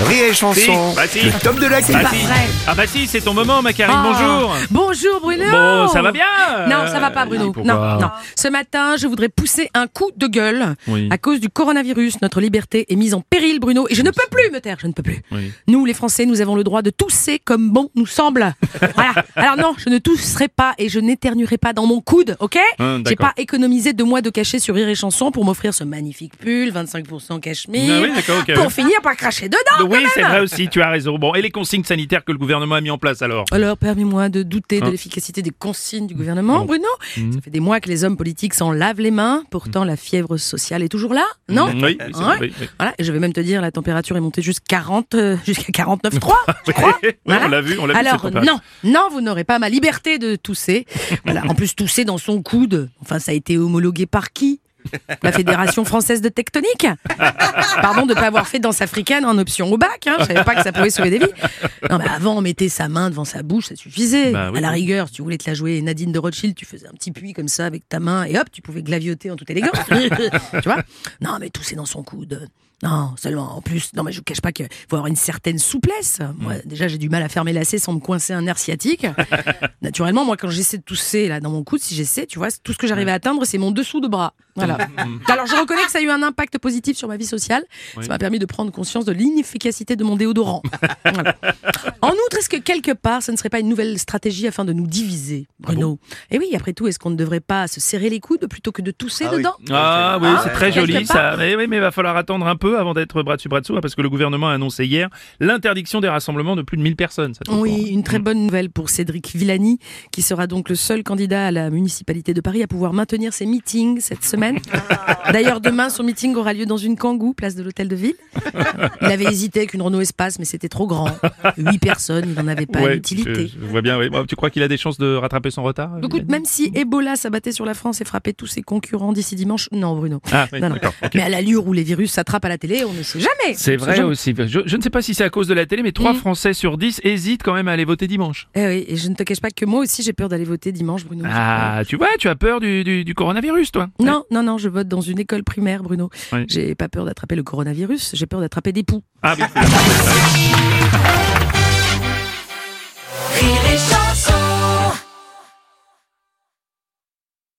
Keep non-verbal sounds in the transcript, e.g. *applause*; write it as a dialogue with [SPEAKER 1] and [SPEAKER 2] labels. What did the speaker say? [SPEAKER 1] Rire et chanson.
[SPEAKER 2] Bah si.
[SPEAKER 1] Le top de la
[SPEAKER 2] Bah
[SPEAKER 1] culture.
[SPEAKER 2] si.
[SPEAKER 3] vrai.
[SPEAKER 2] Ah bah si, c'est ton moment, ma Karine,
[SPEAKER 3] Ah.
[SPEAKER 2] bonjour
[SPEAKER 3] Bonjour Bruno.
[SPEAKER 2] Bon, ça va bien Euh,
[SPEAKER 3] Non, ça va pas Bruno.
[SPEAKER 2] Pourquoi
[SPEAKER 3] Non, non. Ce matin, je voudrais pousser un coup de gueule.
[SPEAKER 2] Oui.
[SPEAKER 3] À cause du coronavirus, notre liberté est mise en péril Bruno et je ne peux plus me taire, je ne peux plus.
[SPEAKER 2] Oui.
[SPEAKER 3] Nous les Français, nous avons le droit de tousser comme bon nous
[SPEAKER 2] *laughs*
[SPEAKER 3] semble. voilà. Alors non, je ne tousserai pas et je n'éternuerai pas dans mon coude, OK
[SPEAKER 2] Hum,
[SPEAKER 3] J'ai
[SPEAKER 2] d'accord.
[SPEAKER 3] pas économisé deux mois de cachet sur Rire et Chanson pour m'offrir ce magnifique pull 25%
[SPEAKER 2] Ah
[SPEAKER 3] cachemire
[SPEAKER 2] oui, d'accord, ok.
[SPEAKER 3] pour finir par cracher dedans quand
[SPEAKER 2] Oui,
[SPEAKER 3] même.
[SPEAKER 2] c'est vrai aussi, tu as raison. Bon, et les consignes sanitaires que le gouvernement a mis en place alors
[SPEAKER 3] Alors, permets-moi de douter
[SPEAKER 2] Hein
[SPEAKER 3] de l'efficacité des consignes du gouvernement,
[SPEAKER 2] Bon.
[SPEAKER 3] Bruno. Ça fait des mois que les hommes politiques s'en lavent les mains. Pourtant, la fièvre sociale est toujours là, non
[SPEAKER 2] Oui, oui, c'est
[SPEAKER 3] Hein
[SPEAKER 2] vrai, oui, oui.
[SPEAKER 3] Voilà, et je vais même te dire, la température est montée jusqu'à 40, euh, *laughs* jusqu'à 49,3, *laughs* je
[SPEAKER 2] *laughs* Oui,
[SPEAKER 3] crois.
[SPEAKER 2] oui,
[SPEAKER 3] Voilà.
[SPEAKER 2] on l'a vu, on l'a vu.
[SPEAKER 3] Alors,
[SPEAKER 2] cette température.
[SPEAKER 3] non, non, vous n'aurez pas ma liberté de tousser. Voilà, en plus, tousser dans son coude. Enfin, ça a été homologué par qui la Fédération française de tectonique Pardon de ne pas avoir fait danse africaine en option au bac. Hein. Je savais pas que ça pouvait sauver des vies. Non, mais avant, on mettait sa main devant sa bouche, ça suffisait.
[SPEAKER 2] Bah oui.
[SPEAKER 3] À la rigueur, si tu voulais te la jouer Nadine de Rothschild, tu faisais un petit puits comme ça avec ta main et hop, tu pouvais glavioter en toute
[SPEAKER 2] *laughs*
[SPEAKER 3] élégance. tu vois Non, mais tousser dans son coude. Non, seulement en plus, non mais je vous cache pas qu'il faut avoir une certaine souplesse.
[SPEAKER 2] Mm.
[SPEAKER 3] Moi, déjà j'ai du mal à faire mes lacets sans me coincer un nerf sciatique. Naturellement, moi quand j'essaie de tousser là dans mon coude, si j'essaie, tu vois, tout ce que j'arrive à atteindre, c'est mon dessous de bras.
[SPEAKER 2] *laughs*
[SPEAKER 3] Voilà. Alors je reconnais que ça a eu un impact positif sur ma vie sociale.
[SPEAKER 2] Mm. Oui.
[SPEAKER 3] Ça m'a permis de prendre conscience de l'inefficacité de mon
[SPEAKER 2] *laughs*
[SPEAKER 3] déodorant. Voilà. En outre, est-ce que quelque part, ça ne serait pas une nouvelle stratégie afin de nous diviser,
[SPEAKER 2] Ah
[SPEAKER 3] Bruno Et oui, après tout, est-ce qu'on ne devrait pas se serrer les coudes plutôt que de tousser dedans
[SPEAKER 2] Ah oui,
[SPEAKER 3] Hein
[SPEAKER 2] c'est très
[SPEAKER 3] Quelque
[SPEAKER 2] joli ça. Mais oui, mais va falloir attendre un peu avant d'être bras dessus bras dessous, hein, parce que le gouvernement a annoncé hier l'interdiction des rassemblements de plus de 1000 personnes. ça te
[SPEAKER 3] Oui, une
[SPEAKER 2] Mm.
[SPEAKER 3] très bonne nouvelle pour Cédric Villani, qui sera donc le seul candidat à la municipalité de Paris à pouvoir maintenir ses meetings cette semaine. D'ailleurs, demain, son meeting aura lieu dans une Kangoo, place de l'hôtel de ville. Il avait hésité avec une Renault Espace, mais c'était trop grand. Huit personnes, il n'en avait pas
[SPEAKER 2] Ouais,
[SPEAKER 3] l'utilité.
[SPEAKER 2] Je, je vois bien, oui. Bon, tu crois qu'il a des chances de rattraper son retard euh,
[SPEAKER 3] Donc, écoute, même si Ebola s'abattait sur la France et frappait tous ses concurrents d'ici dimanche, non, Bruno.
[SPEAKER 2] Ah oui,
[SPEAKER 3] Non, non.
[SPEAKER 2] d'accord.
[SPEAKER 3] Mais à l'allure où les virus s'attrapent à la télé, on ne sait jamais.
[SPEAKER 2] C'est
[SPEAKER 3] On sait
[SPEAKER 2] vrai
[SPEAKER 3] jamais.
[SPEAKER 2] aussi. Je, je ne sais pas si c'est à cause de la télé, mais 3
[SPEAKER 3] Mm.
[SPEAKER 2] Français sur 10 hésitent quand même à aller voter dimanche.
[SPEAKER 3] Eh oui, et je ne te cache pas que moi aussi j'ai peur d'aller voter dimanche, Bruno.
[SPEAKER 2] Ah, tu vois, tu as peur du, du- du coronavirus, toi
[SPEAKER 3] Non, non, non, je vote dans une école primaire, Bruno.
[SPEAKER 2] Oui.
[SPEAKER 3] J'ai pas peur d'attraper le coronavirus, j'ai peur d'attraper des poux.
[SPEAKER 2] Ah oui.
[SPEAKER 4] Rire et chanson.